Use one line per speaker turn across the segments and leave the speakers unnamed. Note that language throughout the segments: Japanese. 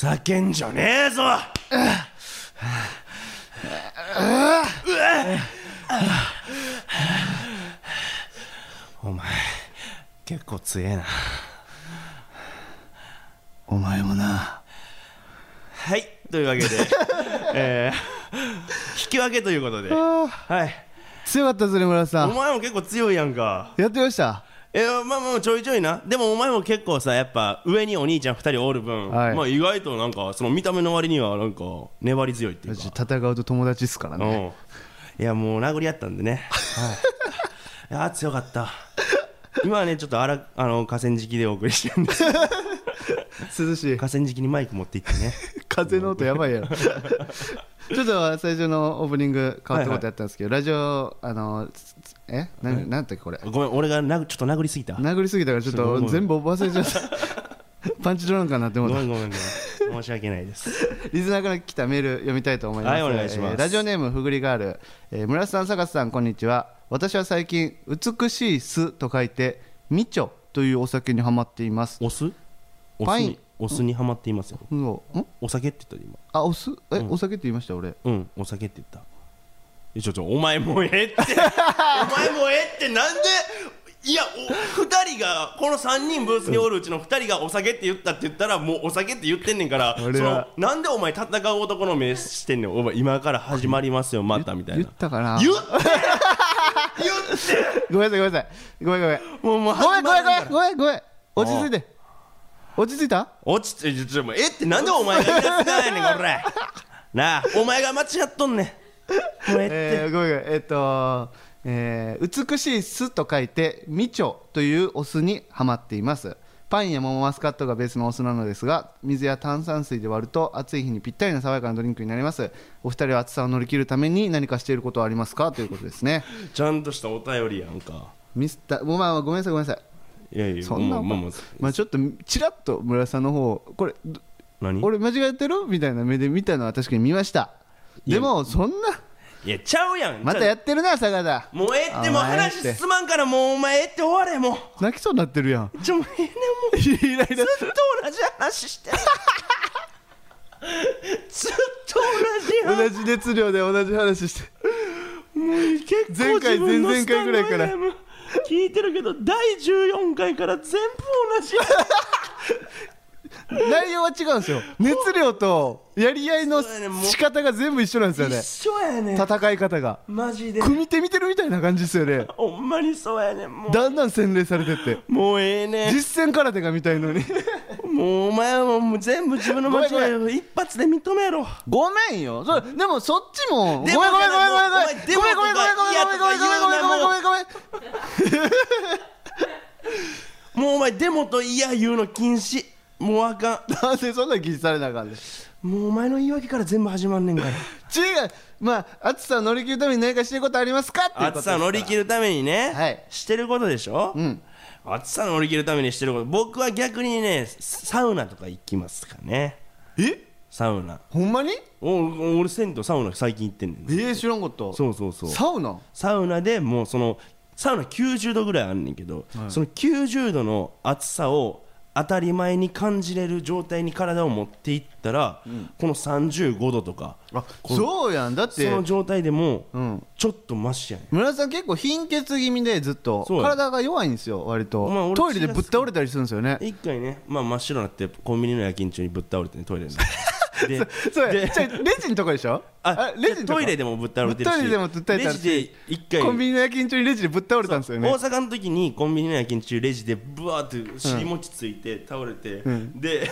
叫んじゃねえぞお前結構強えな
お前もな
はいというわけで、えー引き分けということではい
強かったですね村田さ
お
ん
前も結構強いやんか
やってました
えーまあまあちょいちょいなでもお前も結構さやっぱ上にお兄ちゃん2人おる分、
はい
まあ意外となんかその見た目の割にはなんか粘り強いっていうか
私戦うと友達っすからね
うんいやもう殴り合ったんでね、はい、いや強かった今はねちょっとあらあの河川敷でお送りしてるん ですけど
涼しい
河川敷にマイク持って行ってね
風の音やばい やろちょっと最初のオープニング変わったことやったんですけど、ラジオあのつつえななんだったっけこれ
ごめん俺がなぐちょっと殴りすぎたご
殴りすぎたからちょっ
すご
と
い
全部忘れちゃった パンチドランカーになっても
め
うん
ご
た
めんごめん申し訳ないです
リスナーから来たメール読みたいと思います。
はいお願いします
えーラジオネームふぐりガール、えー、村瀬さん、坂瀬さん、こんにちは。私は最近美しい酢と書いてみちょというお酒にハマっています。
お酢お
パ
酢
イン
にお酢にはまっていますよ
うんおん
お酒って言った
あお酢え、
うん
お酒って言いました俺。
今うんお酒って言ったえちょちょお前もうええっ てお前もうええってなんでいやお2人がこの3人ブースにおるうちの2人がお酒って言ったって言ったらもうお酒って言ってんねんからそ
俺は
のなんでお前戦う男の目してんねんお前今から始まりますよまたみたい
言
な
ったかな。
言って言って
ごめんなさいごめんなさいごめんごめん
もうもう
ごめ
始
んごめん
まるから
ごめんごめんごめん落ち着いて落ち着いた？
落ち着いてちょもうえってなんでお前が言い出せないねんこれなあお前が間違っとんねんもうええって、
えー、ごめんごめんえっと、えー美しい酢と書いてみちょというお酢にはまっていますパインや桃マスカットがベースのお酢なのですが水や炭酸水で割ると暑い日にぴったりな爽やかなドリンクになりますお二人は暑さを乗り切るために何かしていることはありますかということですね
ちゃんとしたお便りやんか
ミスターごめんごめんなさいごめんなさい
いやいや
そんな
もうもうもう
まあちょっとちらっと村井さんの方これど
何
俺間違えてるみたいな目で見たのは確かに見ましたでもそんない
やちゃうやん
また
ちゃ
や
う
ってるな坂田
もうええって
あ
もう
お前って
話進まんからもうお前ええって終われも
泣きそうになってるやん
うちょもうええねんもうずっと同じ話してるずっと同じ話
同じ熱量で同じ 話して
もう結構
前
自
回
分の
前々回ぐらいから
スタンド FM 聞いてるけど第14回から全部同じ話
内容は違うんですよ熱量とやり合いの
そうだねもう
仕方が全部一緒なんですよね
一緒やねん
戦い方が
マジで
組手見てるみたいな感じですよね
ほんまにそうやねんもう
だんだん洗礼されてって
もうええねん
実戦空手が見たいのに
もうお前はもう全部自分の間違いを一発で認めろ
ごめんよそれでもそっちもごめん
で
ご
も
めんごめん
でも
ごめんごめんごめんごめんごめんごめんごめんごめんごめんごめん
もうお前デモといや言うの禁止もうあか
なんでそんな気にされなあかんねん
んもうお前の言い訳から全部始まんねんから
違うまあ暑さを乗り切るために何かしてることありますかっていうこと
暑さ乗り切
る
るためにね、
はい
してることでしょ、
うん
暑さ乗り切るためにしてること僕は逆にねサウナとか行きますかね
え
サウナ
ほんまに
お俺銭湯サウナ最近行ってんねん
えー、知らんかった
そうそうそう
サウナ
サウナでもうそのサウナ90度ぐらいあんねんけど、その90度の暑さを当たり前に感じれる状態に体を持っていったら、この35度とか
あ
この
そうやんだっ
そ
て
の状態でも
うん
ちょっとマシやねん
村田さん結構貧血気味でずっと
そうや
体が弱いんですよ割と、
まあ俺
トイレでぶっ倒れたりするんですよね
一回ね、まあ、真っ白になってコンビニの夜勤中にぶっ倒れてねトイ レにで
それ
で
ちょレジのとこでしょ
あ
レジのとこ
トイレでもぶっ倒れてるし
トイレでもぶっ倒れてるし
レジで一回
コンビニの夜勤中にレジでぶっ倒れたんですよね
大阪の時にコンビニの夜勤中レジでブワーって尻餅ついて倒れて、
ん
で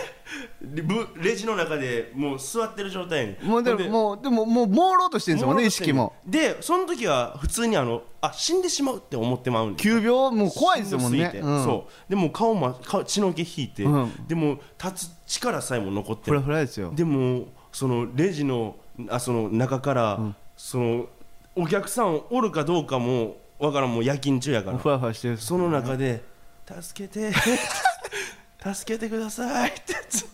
でブレジの中でもう座ってる状態に
もうで
ほん
ももうでももう朦朧としてるんですもんね意識も
でその時は普通にあのあ死んでしまうって思ってまうんです
急病もう怖いですもん
し
ね
どすぎて
うん
そうでもう顔も顔血の毛引いて、
うん
でも立つ力さえも残って
フ
る
ラフラですよ
でもそのレジのあその中から、そのお客さんおるかどうかもわからんもう夜勤中やから
ふわふわしてる
その中で「助けて 助けてください」ってずっ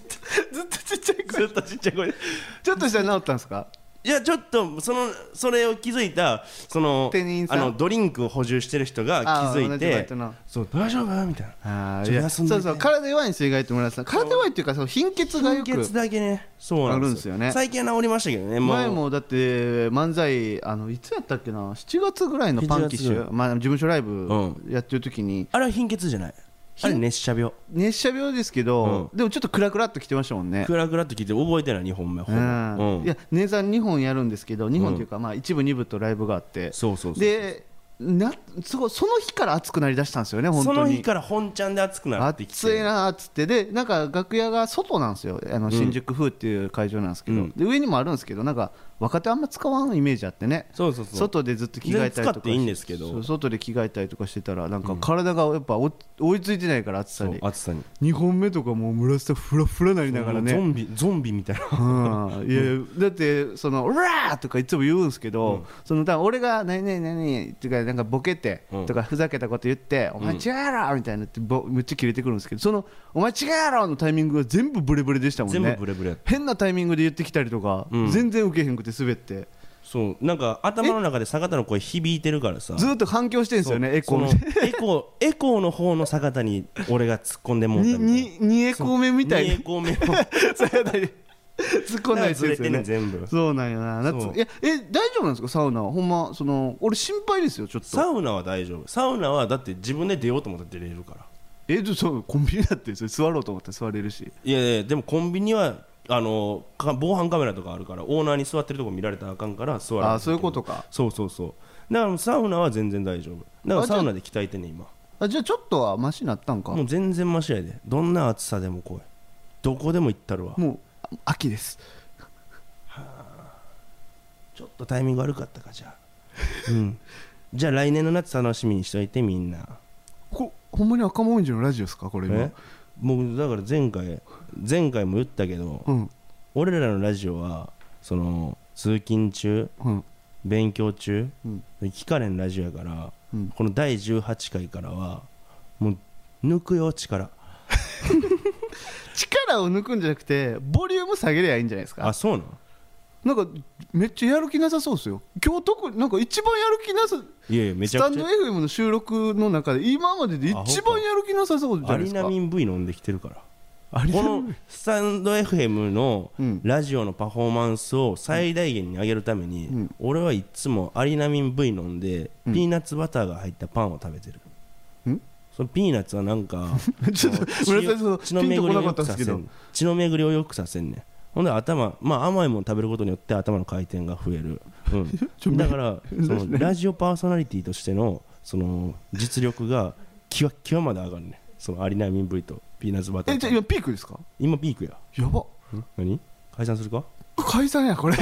ずっとちっちゃい
とずっとちっちゃい声で
ちょっとしたら治ったんですか
いやちょっとそのそれを気づいたその
店員さん
あのドリンクを補充してる人が気
あー
づい
同じバイ
て
トの
そう大丈夫みたい
あ
な
ー
ちょっと休んで
そうそう体弱いんですよ意外と村田さん体弱いっていうかその貧血がよ
貧
く
血だけねそうなんです
あるんですよね
最近は治りましたけどねもう
前もだって漫才あのいつやったっけな7月ぐらいのパンキッシ
7
ュ、まあ、事務所ライブ
う
やってる時に、
あれは貧血じゃないあれ熱射病
熱射病ですけど、でもちょっとクラクラっときてましたもんね
クラクラって聞いて覚えてない2本目ほ
う
ぼ
ん
うん
いやネザ2本やるんですけど2本というか、まあ、一部2部とライブがあって
そうそうそう
でなすごいその日から熱くなりだしたんですよね本当
そ
に
の日から本ちゃんで熱くなってきて
暑いなーっつってでなんか楽屋が外なんですよあの新宿風っていう会場なんですけど、
うん
で上にもあるんですけどなんか若手あんま使わんイメージあってね
そうそうそう
外でずっと着替えたり
全然使
とか
っていいんですけど
そう外で着替えたりとかしてたらなんか体がやっぱお追いついてないから暑さ
そう
に
暑さに
2本目とかもう村下フラフラなりながらね
ゾンビゾンビみたいな
うんいやだってその「うらー!」とかいつも言うんですけど、その多分俺が「何々何?」とかなんかボケて
うん
とかふざけたこと言って「お前違うやろ!」みたいなってぼめっちゃキレてくるんですけどその「お前違うやろ!」のタイミングが全部ブレブレでしたもんね
全部ブレブレやった
変なタイミングで言ってきたりとか、
うん
全然ウケへんくて滑って
そうなんか頭の中で坂田の声響いてるからさ
ずーっと反響してるんですよねエコーみたいな
そのエコーエコーの方の坂田に俺が突っ込んでもうたみ
に
たいな
ににエコー目みたい
に
な
エコー目を
そうやったり突っ込んだりするんで
ずれ
すよね
てんねん全部
そうなんよな夏
そう
いやえ大丈夫なんですかサウナはほんまその俺心配ですよちょっと
サウナは大丈夫サウナはだって自分で出ようと思ったら出れるから
えじゃあそうコンビニだってそれ座ろうと思ったら座れるし
いやいやでもコンビニはあのか防犯カメラとかあるからオーナーに座ってるとこ見られたらあかんから座らな
あーそういうことか
そうそうそうだからサウナは全然大丈夫だからサウナで鍛えてね今
あじゃあちょっとはマシになったんか
も
も
う全然マシやでどんな暑さでも来いどこでも行ったるわ
うあ秋です
ちょっとタイミング悪かったかじゃあうん じゃあ来年の夏楽しみにしといてみんな
こほんまに赤もみじのラジオですかこれ今
えもうだから前回前回も言ったけど
うん
俺らのラジオはその通勤中
うん
勉強中、
うん
聞かれんラジオやから、
うん
この第18回からはもう抜くよ力
力を抜くんじゃなくてボリューム下げりゃいいんじゃないです
あ
か
そうなの
なんかめっちゃやる気なさそうですよ今日特になんか一番やる気なさ
いやいやめち
ス
ゃ
タ
く
ン
ち
ド
ゃ
FM の収録の中で今までで一番やる気なさそうじゃな
ア
いで
リ
すか
ナミン V 飲んできてるから
アリ
こ
ナ
のスタンド FM の
うん
ラジオのパフォーマンスを最大限に上げるために、
ん
俺はいつもアリナミン V 飲んで、ピーナッツバターが入ったパンを食べてる
ん
そのピーナッツはなん か
ちょっと村田さんその
血の
ピンとこ
巡り
な
を
か
よ
った
く
です
さ
け
せ
ど
ん血の巡りをよくさせんねんほんで頭まあ甘いもの食べることによって頭の回転が増える、 うん、だからそのラジオパーソナリティとしてのその実力がきわきわまで上がるねんそのアリナミン V とピーナッツバタ
え
ー
じ
と
ゃあ今ピークですか
今ピークや
やば
何解散する か
解散やこれ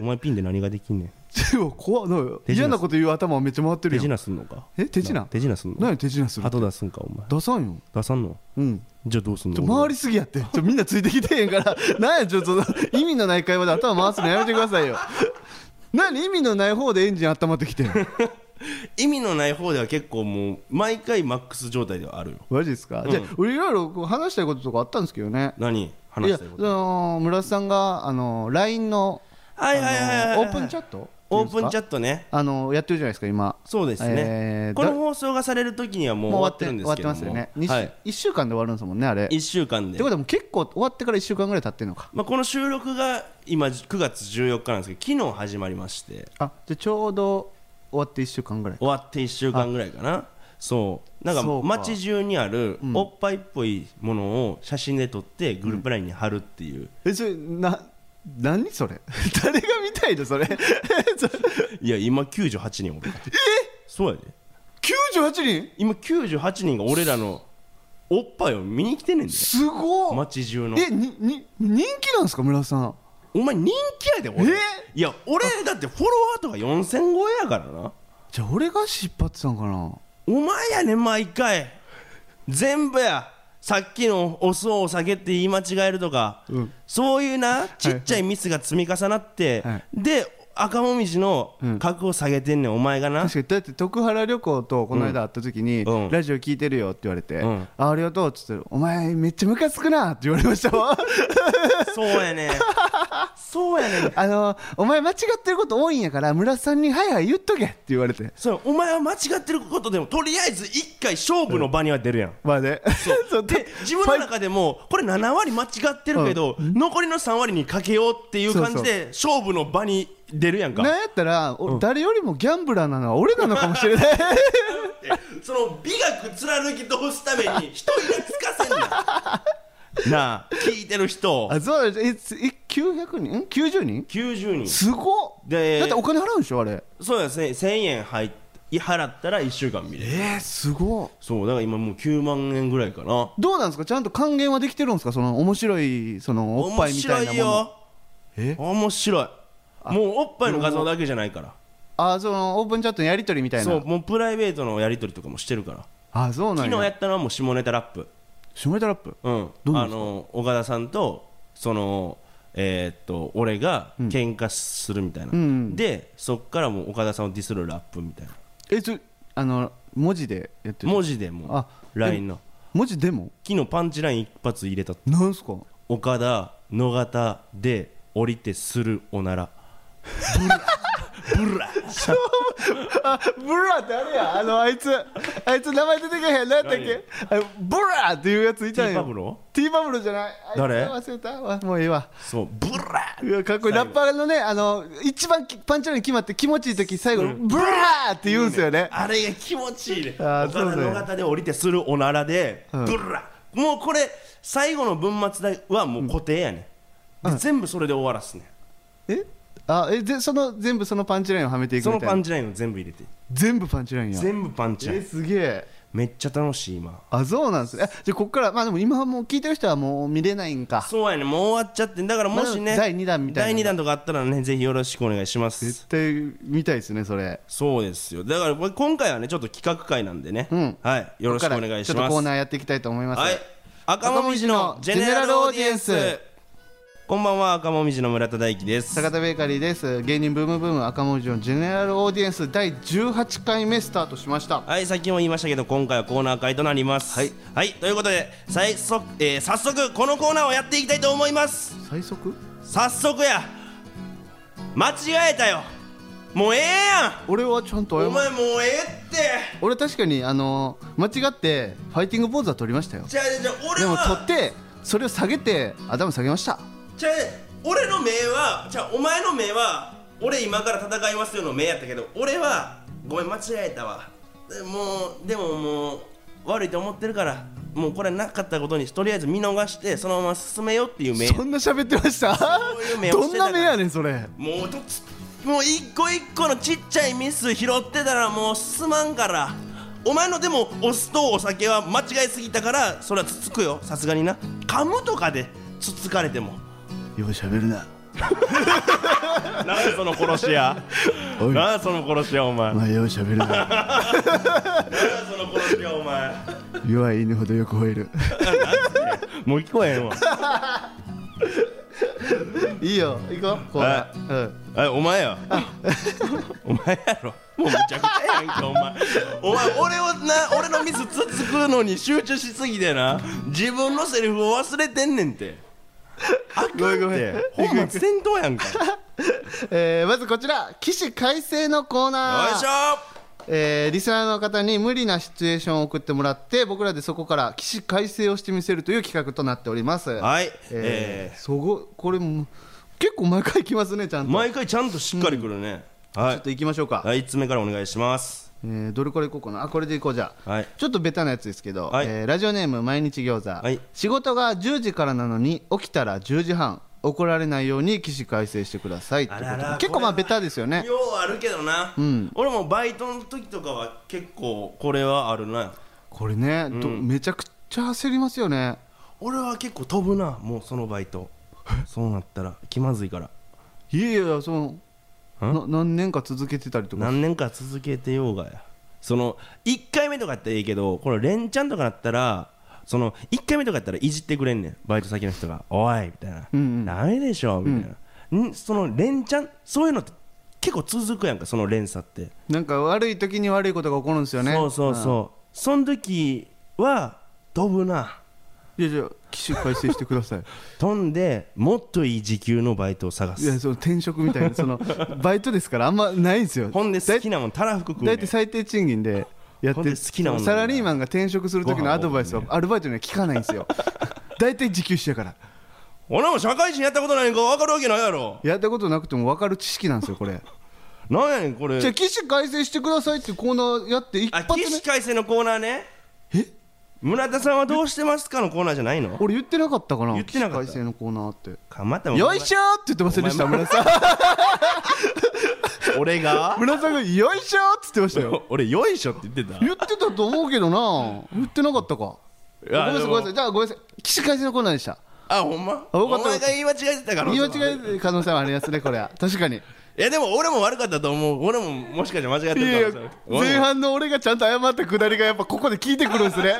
お前ピンで何ができんねん
でも怖いなんか
手品
嫌なこと言う頭めっちゃ回ってる
手
やん
品すんのか
え手品
な手品すんの
何手品する
後出すんかお前
出さんよ
出さんの
うん
じゃあどうすん
ち
の
ょ回りすぎやってちょみんなついてきてへんから なんやちょっと意味のない会話で頭回すのやめてくださいよ何意味のない方でエンジン温まってき てん
意味のない方では結構もう毎回マックス状態ではあるよ
マジですか、
うん
じゃあ俺いろいろこう話したいこととかあったんですけどね
何
い
話
や
したいこ
あ
と
のー村瀬さんがあのー LINE の
は
あ
い
の
はいはいはい
ー
はい
オープンチャット
オープンチャ
ット
ットね
あのーやってるじゃないですか今
そうです
え
ね
ー
この
だ
放送がされる時にはもう終わってるんですけども
終わってますよね、
は
はい
い、
1週間で終わるんですもんねあれ
1週間
っ
で
てことはもう結構終わってから1週間ぐらい経ってるのか
まあこの収録が今9月14日なんですけど昨日始まりまして
あじゃあちょうど終わって1週間ぐらい
終わって1週間ぐらいかなそうなんか
そうか
街中にあるおっぱいっぽいものを写真で撮ってグループラインに貼るっていう、
えそれな何それ 誰が見たいのそれ それ
いや今98人おるからえそうやで
98人
今98人が俺らのおっぱいを見に来てんねんです
ごっ、
街中の
えにに人気なんですか村田さん
お前人気やで俺
え
いや俺だってフォロワーとか4000超えやからな
じゃあ俺が引っ張ってたんかな
お前やねん毎回全部やさっきのお酢をお酒って言い間違えるとか、
うん
そういうなちっちゃいミスが積み重なって、
はい
で赤もみじの格を下げてんねんお前が な、
確かにだって徳原旅行とこの間会った時に、
うん
ラジオ聞いてるよって言われて、
うん
あありがとうっつって「お前めっちゃムカつくな」って言われましたわ
そうやねんそうやねん
あのお前間違ってること多いんやから村田さんに「はいはい言っとけ」って言われて
そうお前は間違ってることでもとりあえず一回勝負の場には出るやん、
まあね そう
で自分の中でもこれ7割間違ってるけど、残りの3割にかけようっていう感じで勝負の場に出るやんか、
なんやったら、お誰よりもギャンブラーなのは俺なのかもし れない
ってその美学貫き通すため に人イラつかせんねんなあ聞いてる人
あそうえつえ900人ん ?90 人
90人
すごっ
で
だってお金払うんでしょあれ
そうですね1000円入っ払ったら1週間見れる
えー、すごっ
そうだから今もう9万円ぐらいかな
どうなんですかちゃんと還元はできてるんですかその面白いそのおっぱいみたいなもの
面白い
え
よ面白いもうおっぱいの画像だけじゃないから
あそのオープンチャットのやり取りみたい
そう
な
もうプライベートのやり取りとかもしてるから
あそうなん
昨日や
や
ったのはもう下ネタラップ
下ネタラップ
うん
どんな
あ
んですか
の岡田さんとそのえーっと俺が喧嘩するみたいな、
うん
でそっからもう岡田さんをディスるラップみたいな
えそあの文字でやってる
文字でも
あ
う LINE の
文字でも
昨日パンチライン一発入れた
なんすかど
岡田野方で降りてするおならブラブラ
あ ブラってあれやあのあいつあいつ名前出てけへんなんだっけあのブラっていうやつい
テ
た
ィ
ん
ー
や
パブロ
ティーバブルじゃないあいつ
誰
忘れたわもういいわ
そうブラ
うわかっこいいラ
最後
ッパーのねあの一番きパンチラに決まって気持ちいい時最後、ブラーって言うんですよね
あれが気持ちいいね
あー
岡
そうだ
田
よ
野方で降りてするおならで、
うん
ブラもうこれ最後の文末だはもう固定やね、で全部それで終わらすね
えあえでその全部そのパンチラインをはめていく
そ
み
の
たいな
パンチラインを全部入れて
全部パンチラインや
全部パンチライ
え
ン
すげえ
めっちゃ楽しい今
あそうなんですねあじゃあこっからまあでも今はもう聞いてる人はもう見れないんか
そうやねもう終わっちゃってだからもし
ま
ね
だ第二弾みたいな
第二弾とかあったらねぜひよろしくお願いします
絶対見たいですねそれ
そうですよだからこれ今回はねちょっと企画会なんでね、
うん
はいよろしくお願いします
ここからちょっとコーナーやっていきたいと思います、
はい、赤もみじのジェネラルオーディエンスこんばんは赤もみじの村田大樹です
坂田ベーカリーです芸人ブームブーム赤文字のジェネラルオーディエンス第18回目スタートしました
はい、さっきも言いましたけど、今回はコーナー会となります。はい、ということで、最速、えー早速このコーナーをやっていきたいと思います。
最速
早速や。間違えたよ。もうええや
俺はちゃんと
ん。
謝
お
る
前もうええって。
俺確かにあの間違ってファイティングポーズは取りましたよ
じゃあじゃあ俺
でも取
は
っ。てそれを下げて頭下げました
じゃあ俺の目は、じゃあお前の目は、俺今から戦いますよの目やったけど、俺はごめん間違えたわ。でもうでももう悪いと思ってるから。もうこれなかったことにしとりあえず見逃してそのまま進めようっていう目やった
そんな喋ってました
ういう目を
ど
し
ん
てたか
な
ら
目やねんそれ
もうとつもう一個一個のちっちゃいミス拾ってたらもうすまんからお前のでもお酢とお酒は間違いすぎたからそれはつつくよさすがにな噛むとかでつつかれても
よう喋るな
なんでその殺し 屋
おい
なんでその殺し屋お前なんで
前よう喋るな
その殺し屋お前なん
弱い犬ほどよく吠える
でもう聞こえへんわ
いいよ行こうコーナーうん
あお前やお前やろもうむちゃくちゃやんけお前お前俺をな俺のミスつつくのに集中しすぎてな自分のセリフを忘れてんねんてあ
ご
か
め
ん
んごめ
っ
ん
て本末転倒やんかよ
えーまずこちら起死回生のコーナー
いしょ
えーリスナーの方に無理なシチュエーションを送ってもらって僕らでそこから起死回生をしてみせるという企画となっております
はい
え
え
ーそごこれも結構毎回いきますねちゃんと、
ー毎回ちゃんとしっかりくるね、は
ちょっと
い
いきましょうか、
はい1つ目からお願いします
えーどれからいこうかなあこれでいこうじゃあ、
はい
ちょっとベタなやつですけど、
はい
えーラジオネーム毎日餃子、
い
仕事が10時からなのに起きたら10時半怒られないように起死回生してくださいってこと
あらら
結構まあベタですよね
ようあるけどな、
ん
俺もバイトの時とかは結構これはあるな
これね、どめちゃくちゃ焦りますよね
俺は結構飛ぶなもうそのバイトそうなったら気まずいから
いやいやそのな何年か続けてたりとか
何年か続けてようがやその1回目とかやったらいいけどこの連チャンとかなったらその1回目とかやったらいじってくれんねんバイト先の人が「おい」みたいな「
うんうん
ダメでしょ」みたいな、ん、その連チャンそういうのって結構続くやんかその連鎖って、
なんか悪い時に悪いことが起こるんですよね
そうそうそうその時は飛ぶな
いやじゃあ機種改正してください
飛んでもっといい時給のバイトを探
いや
す
その転職みたいなそのバイトですからあんまないんですよ
ほんで好きなもんたらふく食うね
大
ん
体最低賃金でやって
ほんで
る
好きな女
サラリーマンが転職する時のアドバイスは
ご飯
アルバイトには聞かないんですよ 大体時給してから
俺も社会人やったことないんか分かるわけないやろ
やったことなくても分かる知識なんですよこれ
なんやねんこれ
じゃあ機種改正してくださいってコーナーやって一
あ
発
起
目
死回生のコーナーね
え
村田さんはどうしてますかのコーナーじゃないの
俺言ってなかったかな
言ってなかった
機種改正のコーナーって
かまた
よいしょーって言ってませんでした
お前
村田さ
俺が
ん 村田さんがよいしょーって言ってましたよ
俺よいしょって言ってた
言ってたと思うけどな言ってなかったかごめん
や
なさ
で
い
も
ごめんなさいじゃあごめんなさい起種改正のコーナーでした
あほんま
あよ
お
かった
前が言い間違えてたから
言い間違える可能性はありますねこれは確かに
いやでも俺も悪かったと思う俺ももしかして間違って
いやいや
るかもしれ
前
ない
半の俺がちゃんと謝ったくだりがやっぱここで聞いてくるんですね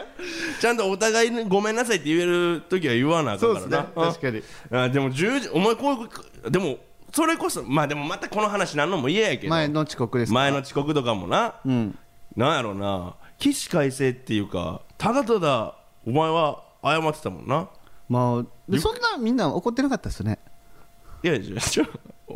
ちゃんとお互いにごめんなさいって言える時は言わなあか
そ
ん
う
か
で
ら
す
な
ね確かに
あでも10時お前こういうでもそれこそまあでもまたこの話なんのも嫌やけど
前の遅刻ですか
前の遅刻とかもな
うん
なんやろな起死回生っていうかただただお前は謝ってたもんな
まあでそんなみんな怒ってなかったですね
いやいやちょ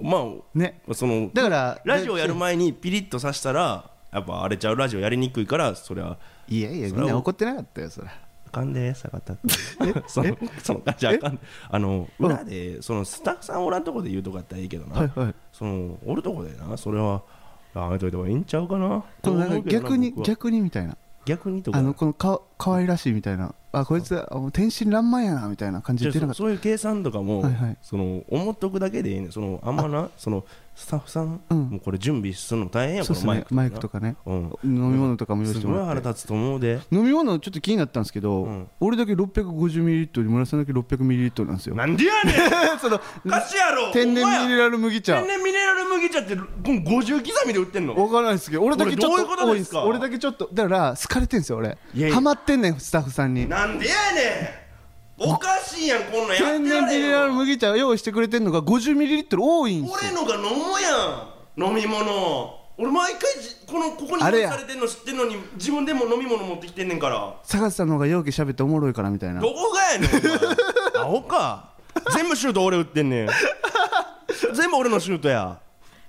まあ
ね
その
だから
ラジオやる前にピリッとさしたらやっぱ荒れちゃうラジオやりにくいからそりゃ
いやいや
そ
み
れは
んな怒ってなかったよそれ
あかんで坂田君 そのそのじゃああかんあの
うん
裏でそのスタッフさんおらんとこで言うとかやったらいいけどな、
はいはい
そのおるとこでなそれはやめといた方がいいんちゃうかな
でもなんか逆に
こう思うけどな僕は
逆にみたいな
逆にとか
あのこのか可愛らしいみたいなあこいつあもう天真爛漫やなみたいな感じ
じゃ
言
あ
ってな
そ
かっ
そういう計算とかも、
はいはい
その思っとくだけでいいねんそのあんまなそのスタッフさん、
うん
もうこれ準備するの大変
た
や
そ
こ
うで
の
すねマイクと
か
かね
なうん
飲み物とかも用意し
す
て
ご
も
い
らっ
腹
て
立つと思うで
飲み物ちょっと気になったんですけど、
うん
俺だけ 650ml 村さんだけ 600ml なんですよ
なんでやねん
その
歌詞やろ
天
お
然
前
ミネラル麦茶
天然ミネラル麦茶ってこの50刻みで売ってんの
わからないですけど俺だけちょ
これど
っ
ういうことと
多い
で
ん
す
す
か
俺だけちょっとだから好かれてんすよ俺
いやいや
ハマってんねんスタッフさんに
なんでやねんおかしいやんこんなんやって
天然
ら
ミ
れ
ネ
へん
ラル
わ
麦茶用意してくれてんのが 50ml 多いんすよ
俺のが飲むやん飲み物俺毎回じこのここに
あ
用
れ
意
や
されてんの知ってんのに自分でも飲み物持ってきてんねんから
坂田さんの方が容器喋っておもろいからみたいな
どこがやねんお前 アホか全部シュート俺打ってんねん全部俺のシュートや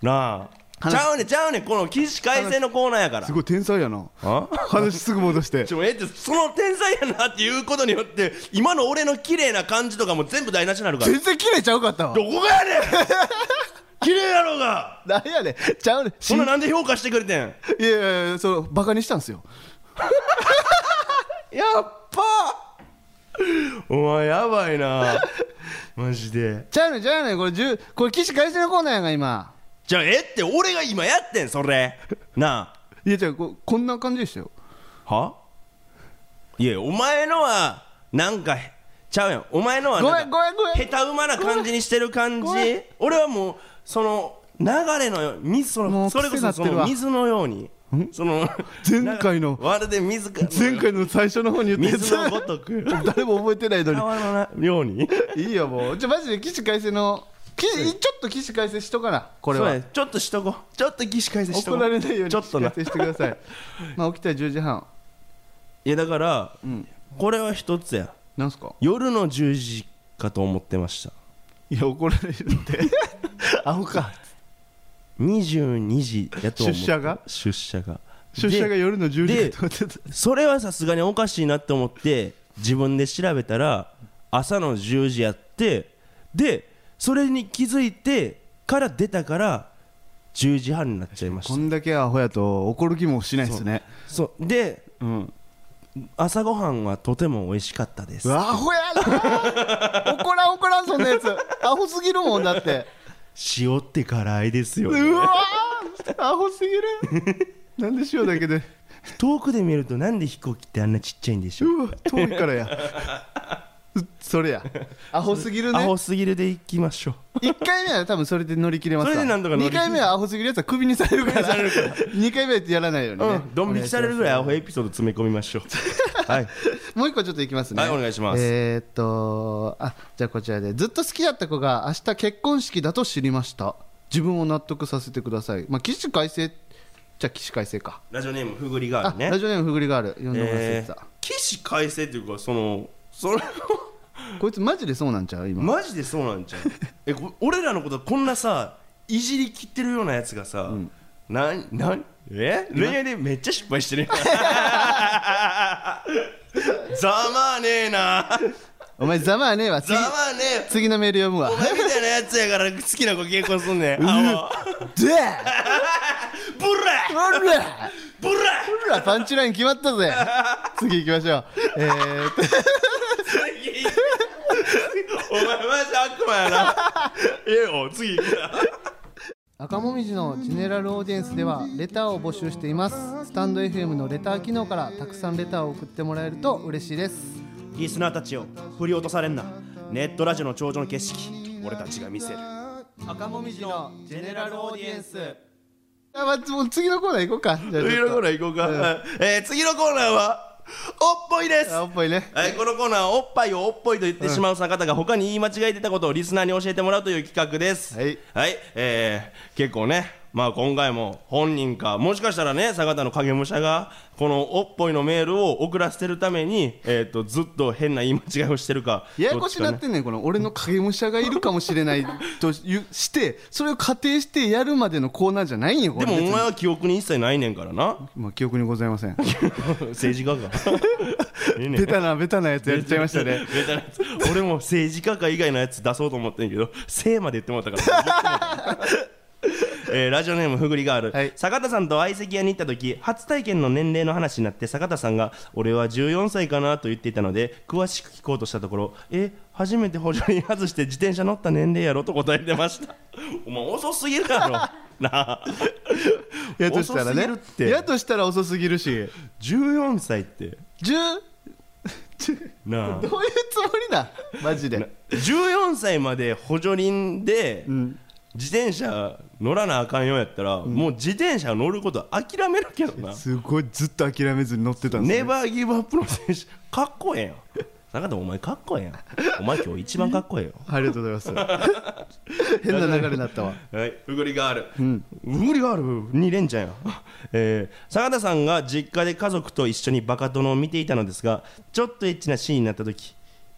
なあ
話
ちゃうねんちゃうねんこの起死回生のコーナーやから
すごい天才やな
あ
話すぐ戻して
ちょええってその天才やなっていうことによって今の俺の綺麗な感じとかも全部台無しになるから
全然切れちゃうかったわ
どこがやねん 綺麗やろうが
なんやねんちゃうねんし
そんななんで評価してくれてんやっ
いやいやいやそのバカにしたんすよ
ぱお前やばいなマジで
ちゃうねんちゃうねんこれ10これ起死回生のコーナーやんか今
じゃあええって俺が今やってんそれない
やじゃここんな感じでしたよ
あはいやお前のはなんかへちゃうやんお前のは
ご
な
め
ん
ん
か
ごめんごめん
下手馬な感じにしてる感じ
ごめん
俺はもうその流れのよう水そ
も
の
う
それこ
癖にな
そ
って
そ
るわ
の水のようにその
前回の
まるで水か
前回の最初の方に言ったやつ
水のごとく
誰も覚えてないのに
川のなように
いいよもうじゃあマジで起死回生の起死ちょっと起死回生しとかなこれ
そう
は
やちょっとしとこうちょっと起死回生しとこ
怒
う
られないように
ちょっとな
起死回生してくだ さいまあ起きたら10時半
いやだから、
ん
これは一つや
なんすか
夜の10時かと思ってました
いや怒られるって アホか
22時やと思って
出社が
出社が
出社が
で
夜の10時
で
だと思ってた
それはさすがにおかしいなって思って自分で調べたら朝の10時やってでそれに気づいてから出たから10時半になっちゃいまし
こ
た
んだけアホやと怒る気もしないですね
そうで
うん
朝ごはんはとても美味しかったです
うわアホやな怒らん怒らんそんなやつアホすぎるもんだって
塩って辛いですよ、
うわーアホすぎるなんで塩だけで
遠くで見るとなんで飛行機ってあんなちっちゃいんでしょう
うわ遠いからやうそれやアホすぎる
ア
ね
ホすぎるでいきましょ
1回目は多分それで乗り切れますわ
それでなんとか乗り
2
切る
回目はアホすぎるやつはクビにされるから2回目はやらないように
う、
ね、
うん、ドン引きされるぐらいアホエピソード詰め込みましょう はい
もう一個ちょっといきますね
はいお願いします
えー、っとあじゃあこちらでずっと好きだった子が明日結婚式だと知りました自分を納得させてくださいまあ起死回生じゃあ起死回生か
ラジオネームふぐりがあ
あ
るね
ラジオネームふぐりがある読んでもらって
え
た、
ー起死回生というかそのそれも
こいつマジでそうなんちゃう今、
マジでそうなんちゃうえこ俺らのことこんなさいじりきってるようなやつがさ、なんなんえ恋愛でめっちゃ失敗してるやん ざまあねえな
お前ざまあねえわ
ざ
次
まあねえ
次のメール読むわ
お前みたいなやつやから好きな子結婚すんねんあもう
で
ブラ
ほら
ブラ
ほらパンチライン決まったぜ次行きましょうえーっと
次 お前マジ悪魔やなええよ次行くな
赤もみじのジェネラルオーディエンスではレターを募集していますスタンド FM のレター機能からたくさんレターを送ってもらえると嬉しいです
リスナーたちを振り落とされんなネットラジオの頂上の景色俺たちが見せる
赤もみじのジェネラルオーディエンスあ、まあ、もう次のコーナー行こうかじゃあ
次のコーナー行こうか、えー次のコーナーはおっぽいです
あおっぽいね
はい、このコーナーはおっぱいをおっぽいと言ってしまう坂田が他に言い間違えてたことをリスナーに教えてもらうという企画です
はい
えー結構ねまあ今回も本人かもしかしたらね坂田の影武者がこのおっぽいのメールを送らせてるために、えー、とずっと変な言い間違いをしてるか
ややこしになっ
どっちかね
てんねんこの俺の影武者がいるかもしれないというしてそれを仮定してやるまでのコーナーじゃないんよこ
で
れ
もお
別に
前は記憶に一切ないねんからな
まあ記憶にございませ ん
政治家が ええねん
ベタなベタなやつやっちゃいました ね
ベタなやつ俺も政治家か以外のやつ出そうと思ってんけど「せ」まで言ってもらったから えーラジオネームふぐりがある、
はい
坂田さんと相席屋に行った時初体験の年齢の話になって坂田さんが「俺は14歳かな」と言っていたので詳しく聞こうとしたところ「え初めて補助輪外して自転車乗った年齢やろ」と答えてました お前遅すぎるやろなあ
やとした
遅
ら
すぎ
ね
るって
やとしたら遅すぎるし
14歳って
10 10
なあ
どういうつもりだマジで
14歳まで補助輪で自転車乗らなあかんようやったら、もう自転車乗ること諦めるけどな、
すごいずっと諦めずに乗ってたんです
ネ
ね
バーギブアップの選手かっこええやん坂田お前かっこええやんお前今日一番かっこええよ
ありがとうございま す変な流れになったわ
はい、うぐりガール、うぐりガール2連チャンや、えー坂田さんが実家で家族と一緒にバカ殿を見ていたのですがちょっとエッチなシーンになった時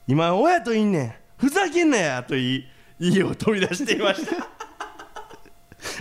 今親といんねんふざけんなやと言い家を飛び出していました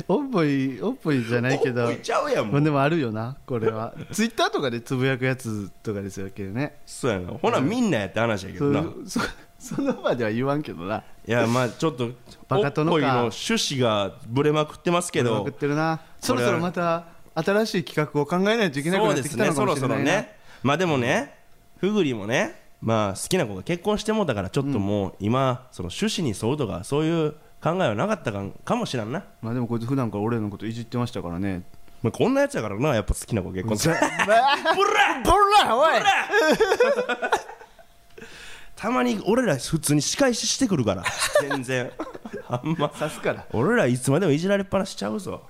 おっぽいおっぽいじゃないけど
おっぽいちゃうやんも
ま
う
あでもあるよなこれはツイッターとかでつぶやくやつとかですよけどね
そうやなほなみんなやって話やけ
そ
どないう
そ その場では言わんけどな
やまあちょっと
バカ殿か
おっぽいの趣旨がブレまくってますけ
うま
ど
くってるなそろそろまた新しい企画を考えないといけなく
そ
な
う
って
で
き
す
た
ね
のか
そ
も
ろ
し
そ
れ
ろ
ないな
ねまあでもねふぐりもねまあ好きな子が結婚してもうたからちょっともう今その趣旨に沿うとかそういう考えはなかったかんかもしらんな、
まあでもこいつ普段から俺のこといじってましたからね
まあ、こんなやつやからなやっぱ好きな子結婚す
ざ
る
ぶらぶらおい
たまに俺ら普通に仕返ししてくるから全 然あんま
刺すから
俺らいつまでもいじられっぱなしちゃうぞ、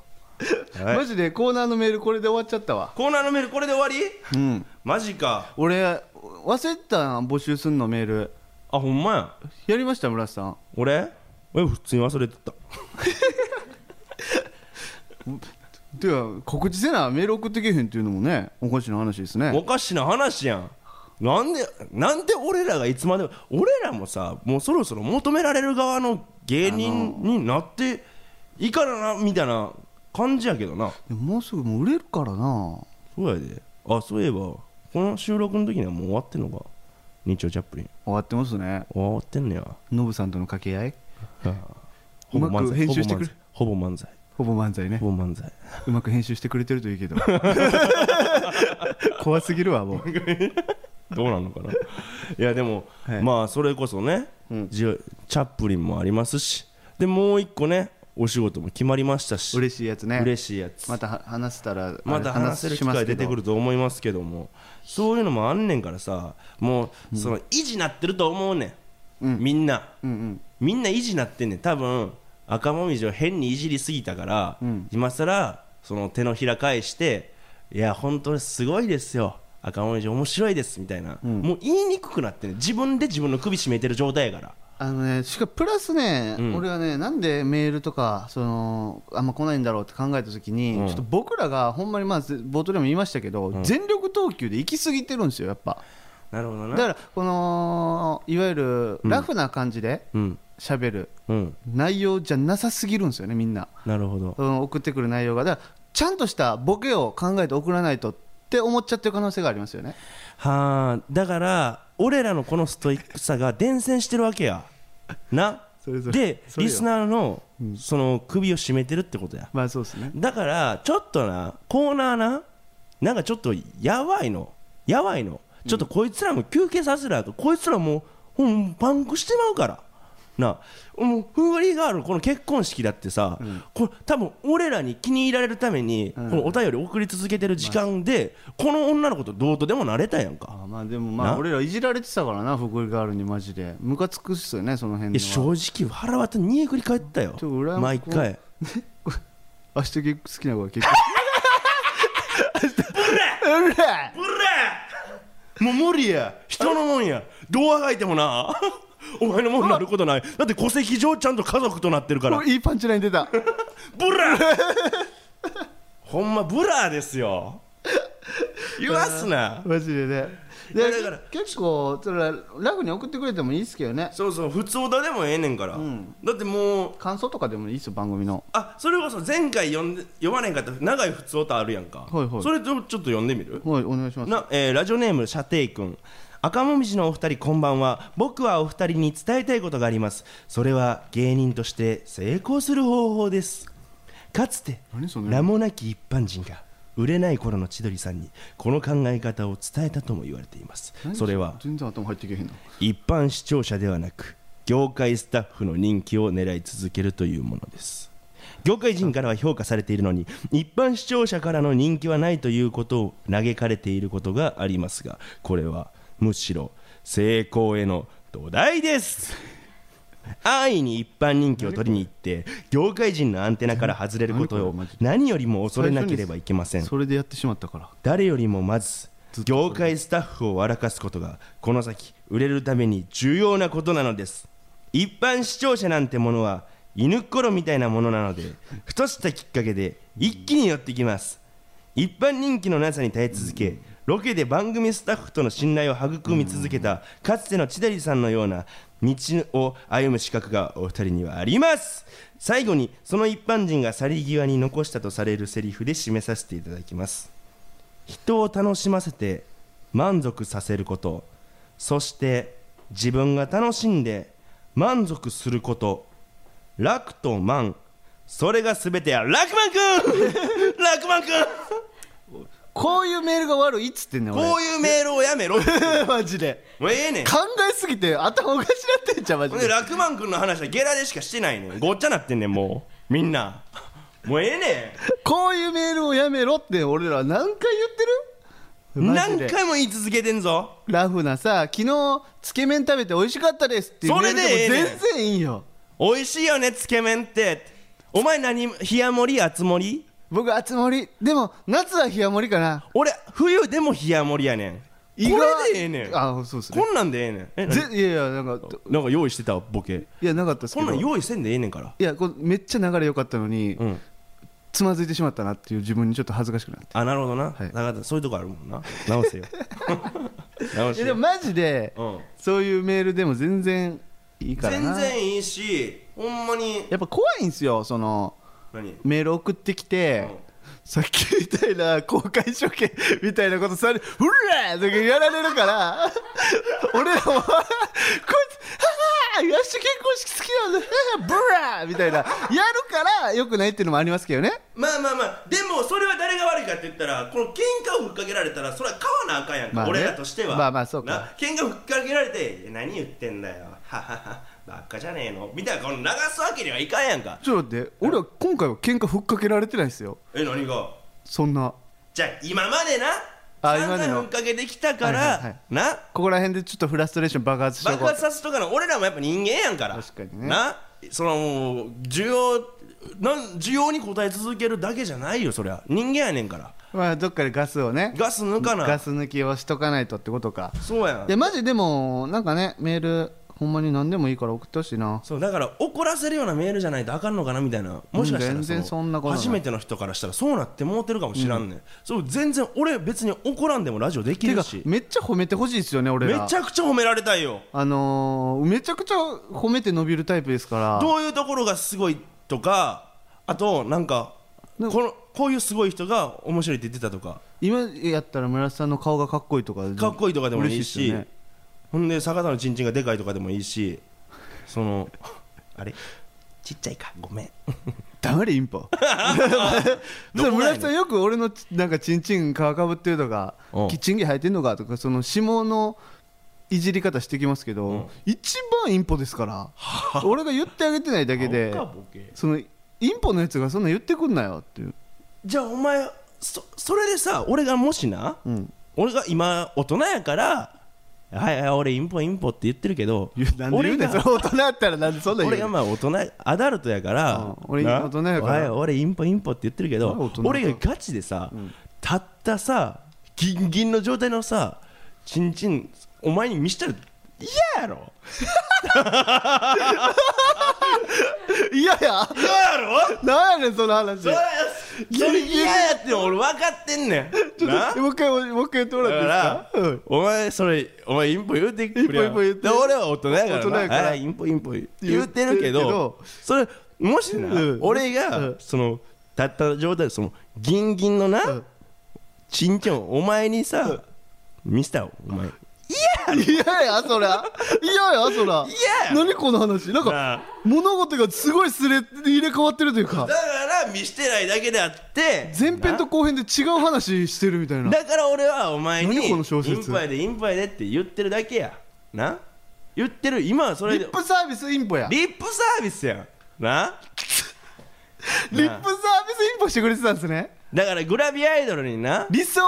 はい
マジでコーナーのメールこれで終わっちゃったわ
コーナーのメールこれで終わり
うん
マジか
俺忘れてたな募集すんのメール
あほんまや
やりました村瀬さん
俺え普通に忘れてた
てか告知せなメール送ってけへんっていうのもねおかしな話ですね
おかしな話やんなんでなんで俺らがいつまでも俺らもさもうそろそろ求められる側の芸人になっていいからなみたいな感じやけどな
でももうすぐもう売れるからな
そうやであそういえばこの収録の時にはもう終わってんのか日曜チャップリン
終わってますね
終わってんのや
ノブさんとの掛け合い
ほぼ
うま
漫
く
才
編集してくれ
ほぼ漫才
ほぼ漫才ね
ほぼ漫才
うまく編集してくれてるといい けど怖すぎるわもう
どうなのかな いやでも、
はい
まあそれこそね、じゅチャップリンもありますしでもう一個ねお仕事も決まりましたし
嬉しいやつね
嬉しいやつ
または話せたらあれ
また話せる機
しま
会
す
出
けど
てくると思いますけどもそういうのもあんねんからさもうその維持なってると思うねん、みんな、
うんうん
みんな維持なってんねん多分赤もみじを変にいじりすぎたから、今さらその手のひら返して「いや本当にすごいですよ赤もみじ面白いです」みたいな、もう言いにくくなってんねん自分で自分の首絞めてる状態やから
あのねしかもプラスね、
ん
俺はねなんでメールとかそのあんま来ないんだろうって考えた時に、
うん
ちょっと僕らがほんまにまあぜ冒頭でも言いましたけど、全力投球で行き過ぎてるんですよやっぱ
なるほど
だ
な
からこのいわゆるラフな感じで
うん
喋る
うん
内容じゃなさすぎるんですよねみんな、
なるほど
うん、送ってくる内容がだからちゃんとしたボケを考えて送らないとって思っちゃってる可能性がありますよね
はあだから俺らのこのストイックさが伝染してるわけやな
それそれ
で
それよ
リスナーのその首を絞めてるってことや
まあそうですね
だからちょっとなコーナーななんかちょっとやばいのやばいのちょっとこいつらも休憩させられこいつらもう、うん、パンクしてまうからなもうフーリーガールのこの結婚式だってさ、これ多分俺らに気に入られるために、このお便り送り続けてる時間で、この女の子とどうとでもなれたやんか
あまあでもまあ
な
俺らいじられてたからな福井ガールにマジでムカつくっすよねその辺
いや
では
正直腹割って煮えくり返ったよ
ちょ羨まし
毎
い
回
明日結好きな子 が結構うるら
うれもう無理や人のもんやどうあがいてもな お前のもんになることないだって戸籍上ちゃんと家族となってるから
いいパンチライン 出た
ブラーほんまブラーですよ言わすな
マジでねで
だから
結構それはラフに送ってくれてもいいっすけどね
そうそう普通だでもええねんから、だってもう
感想とかでもいいっすよ番組の
あそれこそ前回読んで読まれんかった長い普通歌あるやんか、
はいはい
それちょっと読んでみる
はいお願いします
な、えーラジオネーム射程君赤もみじのお二人こんばんは僕はお二人に伝えたいことがありますそれは芸人として成功する方法ですかつて
何その
名もなき一般人が売れない頃の千鳥さんにこの考え方を伝えたとも言われていますそれは
全然頭入ってけへんな
一般視聴者ではなく業界スタッフの人気を狙い続けるというものです業界人からは評価されているのに一般視聴者からの人気はないということを嘆かれていることがありますがこれはむしろ成功への土台です安易に一般人気を取りに行って業界人のアンテナから外れること
何こ
を
れマジ
何よりも恐れなければいけません
それでやってしまったから
誰よりもまず
ずっと
業界スタッフを笑かすことがこの先売れるために重要なことなのです一般視聴者なんてものは犬っころみたいなものなのでふとしたきっかけで一気に寄ってきます一般人気のなさに耐え続けロケで番組スタッフとの信頼を育み続けたかつての千鳥さんのような道を歩む資格がお二人にはあります最後にその一般人が去り際に残したとされるセリフで締めさせていただきます人を楽しませて満足させることそして自分が楽しんで満足すること楽と満それが全てや楽満く ん楽満くん
こういうメールが悪いっつってんねん俺
こういうメールをやめろ
マジで
もうええねん
考えすぎて頭おかしなってんじゃんマジ
ほんで
で
楽満くんの話はゲラでしかしてないねんごっちゃなってんねんもうみんなもうええね
こういうメールをやめろって俺ら何回言ってる
ん
マジ
何
で
回も言い続けてんぞ
ラフなさ昨日つけ麺食べて美味しかったですっていう
そ
メ
れ
ール
で
で
ええねん
も全然いいよ
美味しいよねつけ麺ってお前何冷や盛り厚盛り
僕熱盛でも夏は冷や盛りかな
俺冬でも冷や盛りやねんこ
意外
れでええねん
あそうですね
こんなんでええねんえ
ぜいやいやなんか
なんか用意してたボケ
いやなかったですけ
こん
ど
なん
い
用意せんでええねんから
やこうめっちゃ流れ良かったのに、
うん
つまずいてしまったなっていう自分にちょっと恥ずかしくなって
あなるほどな、
はい
だからそういうとこあるもんな直 せよ直
い
せ
やで
よ、
もマジで、
うん、
そういうメールでも全然いいから
全
な
然いいしほんまに
やっぱ怖いんすよその
何
メール送ってきて、
うん
さっきみたいな公開処刑みたいなことされ「うら!」とかやられるから 俺ら は「こいつははよし結婚式好きなんだははブラ!」みたいなやるからよくないっていうのもありますけどね
まあまあまあでもそれは誰が悪いかって言ったらこの喧嘩をふっかけられたらそれは買わなあかんやんか、
まあね
俺らとしては
まあまあそうか
な喧嘩ふっかけられてえ「何言ってんだよはははばっかじゃねえの」みたいなこの流すわけにはいかんやんか
ちょっと待って俺は今回は喧嘩ふっかけられてないですよ
え何が
そんな
じゃあ今までな
あ
散
今までの
々ふっかけてきたから、
はいはいはい
な
ここら辺でちょっとフラストレーション爆発してお
爆
こう
発させとかの俺らもやっぱ人間やんから
確かにね
なその需要なん需要に応え続けるだけじゃないよそりゃ人間やねんから
まあどっかでガスをね
ガス抜かな
ガス抜きをしとかないとってことか
そうやん
いやマジでもなんかねメールほんまに何でもいいから送ってほしいな
そうだから怒らせるようなメールじゃないとあかんのかなみたいなもしかしたら
うん全然
の
そんなことない
初めての人からしたらそうなってもうてるかもしらんねん、そう全然俺別に怒らんでもラジオでき
て
る
か
し
めっちゃ褒めてほしいですよね俺
め
ら
ちゃくちゃ褒められたいよ
あのー、めちゃくちゃ褒めて伸びるタイプですから
どういうところがすごいとかあとなんか
なんか
このこういうすごい人が面白いって言ってたとか
今やったら村瀬さんの顔がかっこいいとか
かっこいいとかでもいい
嬉
し
しいっすよね
ほんで坂田のチンチンがでかいとかでもいいしそ のあれちっちゃいかごめん
黙れイ ンポ
どこがやねん
村瀬さんよく俺のなんかチンチン皮かぶってるとか
うん
キッチンギ生えてんのかとかその下のいじり方してきますけど、
うん
一番インポで すから俺が言ってあげてないだけで
顔かボケ
そのインポのやつがそんな言ってくんなよっていう、
じゃあお前そそれでさ俺がもしな、
うん、
俺が今大人やから「はいはい俺インポインポ」って言ってるけど
言うなんで言う
俺
ねんそれ
が
大人やったらなんでそんな言う
俺
ね
が
ん
まあ大人アダルトやから、
うん俺
な
大人やから
はい俺インポインポって言ってるけ
俺大
ど
人だ
俺がガチでさ、たったさギンギンの状態のさチンチンお前に見したら嫌やろ
いやいや
嫌やろ
なんやねんその話
それ
ギ
そ
リ
れ
ギリ
嫌やって俺分かってん ねんな
もう一回もう一回言っても
だから
っ
ら
ていいですか、うん、
お前それお前インポ言うてくれ
インポインポ言って
で俺は大人やから
大人やから
なはいインポインポ言うてるけど
言ってるけど
それもしな、
うん
俺が、
うん
そのたった状態でそのギンギンのな、
うん
チンチョンお前にさ、見せたよお前
いやいやそらいやいやそら
いや
何この話なん
な
か
あ
物事がすごいすれ入れ替わってるというか
だから見してないだけであって
前編
な
と後編で違う話してるみたいな
だから俺はお前に
何
イ
この小説
ンパイでインパイでって言ってるだけやな言ってる今はそれ
リ
で
ップサービスインポやリ
リップサービスやんな
ップサービスインポしてくれてたんですね
だからグラビアアイドルにな
理想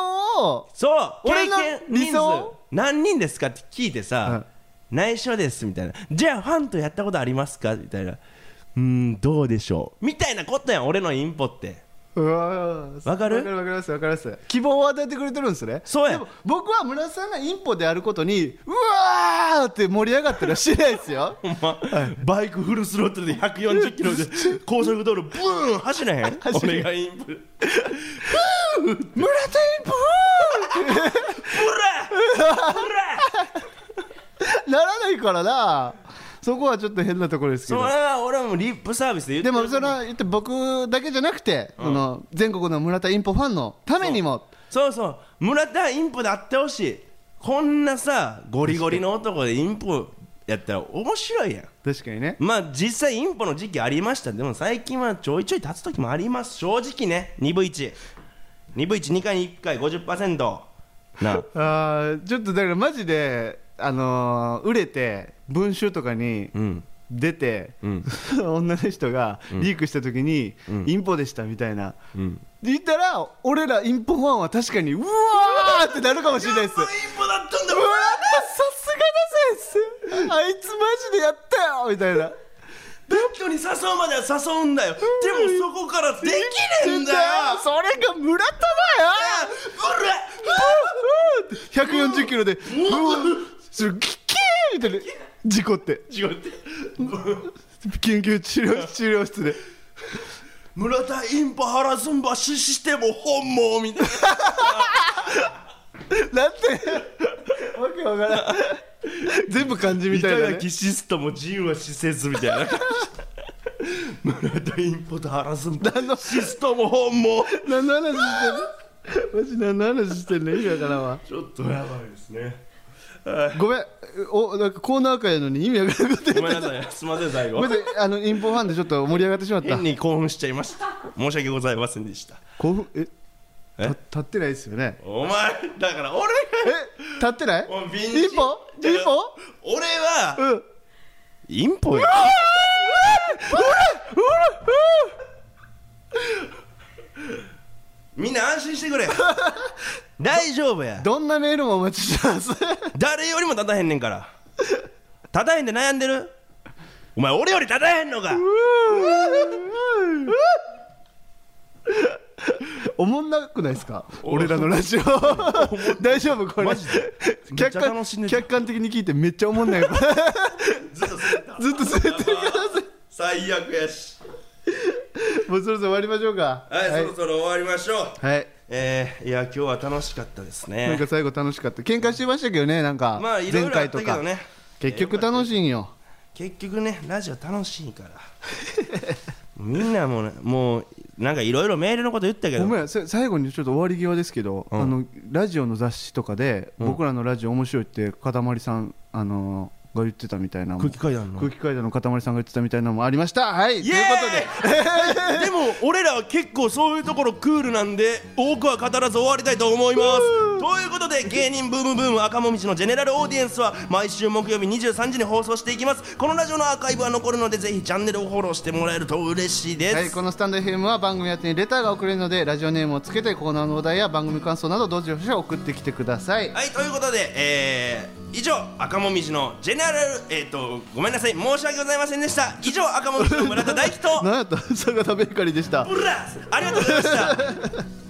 を
そう
俺
俺
の
の
理
理
想
想何人ですかって聞いてさ、内緒ですみたいなじゃあファンとやったことありますかみたいなうーんどうでしょうみたいなことやん俺のインポって
うわー
わかる
わかるわかりますわかります希望を与えてくれてるんですね
そうや
でも僕は村田さんがインポであることにうわーって盛り上がったりはしないですよ
ほんまバイクフルスロットルで140キロ で高速道路ブーン走らへん
走れへん
俺がインポブ
村田インポ
ラブラ
ならないからなそこはちょっと変なところですけ
そ
ど
れは俺はもうリップサービスで言って
で
る
もそれは言って僕だけじゃなくて、その全国の村田インポファンのためにも
そうそう村田インポであってほしいこんなさゴリゴリの男でインポやったら面白いやん
確かにね
まあ実際インポの時期ありましたでも最近はちょいちょい立つ時もあります正直ね2分12分12回に1回50%なあ
あーちょっとだからマジであのー売れて文集とかに
うん
出て、
うん
女の人がリークした時に、インポでしたみたいな、
うん
言ったら俺らインポファンは確かにうわーってなるかもしれないです
インポだったんだ
うわーさすがだぜあいつマジでやったよみたいな
ベッドに誘うまでは誘うんだよでもそこからできねえんだよ
それが村田だよ
うら
140キロで「うわそれキキー!」みたいな事故って
違うって
緊急治療治療室で
村田インポハラズンバシしても本望みたいな
なんてわけわからん全部漢字みたいな、ね
板、垣シストも自由は死せずみたいな感 じ村田インポとハラスンバ
何の
シストも本望
何の話してんのマジ何の話してんの意味わからんわ
ちょっとやばいですね
ごめんおなんかコーナー会やのに意味わからんこと言って
ごめんなさいすみません最後
ごめんなさいあのインポファンでちょっと盛り上がってしまった
変に興奮しちゃいました申し訳ございませんでした
興奮え
え
た立ってないですよね
お前だから俺
え立ってない
もうビンジ
インポインポ
俺は
うん
インポよ みんな安心してくれ 大丈夫や
どんなメールもお待ちしてます
誰よりも立たへんねん から立たへんで悩んでるお前俺より立 たへんのか
おもんなくないですか俺らのラジオ大丈夫これ
マジでめっち
客
ゃ
観
楽しんでた
客観的に聞いてめっちゃおもんない
ずっと滑った
ずっと滑ってる けど
最悪やし
もうそろそろ終わりましょうか
はい、そろそろ終わりましょう
はい
えー、いや今日は楽しかったです
なん
ね
か最後楽しかった喧嘩してましたけどねなんか
まあいろ
前
いろあ
回
った
と
け
か
どね
結局楽しいんよ
結局ねラジオ楽しいから みんなもうねもうなんかいろいろメールのこと言ったけ
ご
ど
めんさ最後にちょっと終わり際ですけど、
うん
あのラジオの雑誌とかで、
うん
僕らのラジオ面白いってかたまりさん、あのーが言ってたみたいなも
空気階段の
空気階段のかたまりさんが言ってたみたいなのもありましたはいという
ということ ででも俺らは結構そういうところクールなんで多くは語らず終わりたいと思いますということで芸人ブームブーム赤もみじのジェネラルオーディエンスは毎週木曜日23時に放送していきますこのラジオのアーカイブは残るのでぜひチャンネルをフォローしてもらえると嬉しい です、
はい、このスタンド FM は番組宛てにレターが送れるのでラジオネームをつけてコーナーのお題や番組感想などどうぞよし送ってきてください、
はい、ということで、えー、以上、赤もみじのジェネラル、えっ、と、ごめんなさい、申し訳ございませんでした。以上、赤もみじの村田大樹と、
なんやった坂田ベーカリーでした
ブラスありがとうございました。